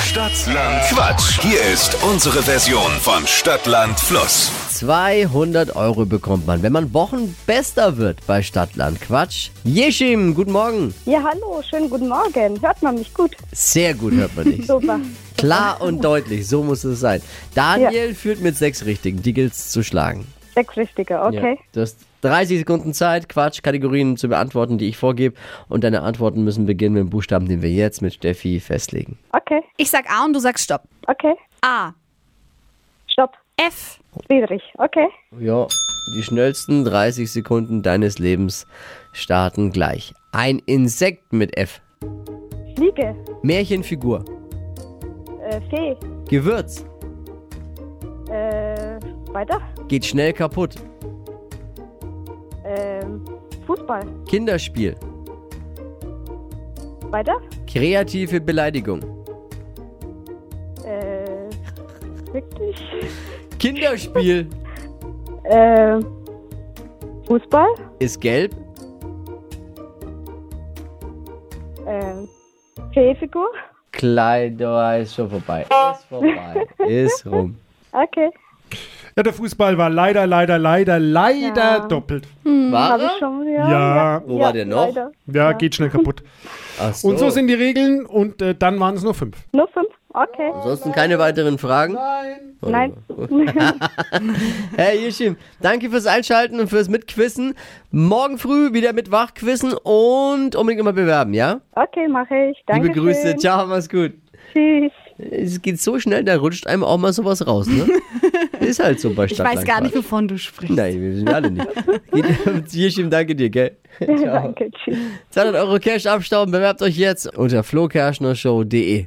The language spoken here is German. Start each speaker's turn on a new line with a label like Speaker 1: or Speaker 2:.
Speaker 1: Stadtland Quatsch. Hier ist unsere Version von Stadtland Fluss.
Speaker 2: 200 Euro bekommt man, wenn man Wochenbester wird bei Stadtland Quatsch. Jeschim, guten Morgen.
Speaker 3: Ja, hallo, schönen guten Morgen. Hört man mich gut?
Speaker 2: Sehr gut hört man dich.
Speaker 3: Super.
Speaker 2: Klar und deutlich, so muss es sein. Daniel führt mit sechs Richtigen, die gilt's zu schlagen.
Speaker 3: Sechs Richtige, okay.
Speaker 2: Ja. Du hast 30 Sekunden Zeit, Quatschkategorien zu beantworten, die ich vorgebe. Und deine Antworten müssen beginnen mit dem Buchstaben, den wir jetzt mit Steffi festlegen.
Speaker 3: Okay,
Speaker 4: Ich sag A und du sagst Stopp.
Speaker 3: okay.
Speaker 4: A.
Speaker 3: Stopp.
Speaker 4: F.
Speaker 3: Friedrich, okay.
Speaker 2: Ja, die schnellsten 30 Sekunden deines Lebens starten gleich. Ein Insekt mit F.
Speaker 3: Fliege,
Speaker 2: Märchenfigur.
Speaker 3: äh, Fee,
Speaker 2: Gewürz.
Speaker 3: äh, weiter.
Speaker 2: Geht schnell kaputt.
Speaker 3: Ähm, Fußball,
Speaker 2: Kinderspiel.
Speaker 3: weiter.
Speaker 2: Kreative Beleidigung.
Speaker 3: Äh, wirklich.
Speaker 2: Kinderspiel
Speaker 3: Äh, Fußball,
Speaker 2: ist gelb.
Speaker 3: äh, Feefigur.
Speaker 2: Kleider ist schon vorbei. Ist vorbei. Ist rum.
Speaker 3: Okay,
Speaker 5: Ja, der Fußball war leider, leider, leider, leider doppelt.
Speaker 2: War
Speaker 3: habe ich
Speaker 2: er?
Speaker 3: schon.
Speaker 5: Ja,
Speaker 3: Ja,
Speaker 2: Wo war der noch?
Speaker 3: leider.
Speaker 5: ja, geht schnell kaputt.
Speaker 2: Ach so.
Speaker 5: Und so sind die Regeln und äh, dann waren es nur fünf.
Speaker 3: Nur fünf? Okay.
Speaker 2: Ansonsten keine weiteren Fragen.
Speaker 5: Nein.
Speaker 3: Nein.
Speaker 2: Herr Yishim, danke fürs Einschalten und fürs Mitquissen. Morgen früh wieder mit Wachquissen und unbedingt immer bewerben, ja?
Speaker 3: okay, mache ich. Danke.
Speaker 2: Liebe Grüße, ciao, mach's gut.
Speaker 3: Tschüss.
Speaker 2: Es geht so schnell, da rutscht einem auch mal sowas raus, ne? Ist halt so bei
Speaker 4: Ich
Speaker 2: Stadtland.
Speaker 4: weiß gar nicht, wovon du sprichst.
Speaker 2: Nein, wir wissen alle nicht. Geht- Yishim, danke dir, gell?
Speaker 3: Danke, tschüss.
Speaker 2: 200 Euro Cash abstauben, bewerbt euch jetzt unter flokerschnershow.de.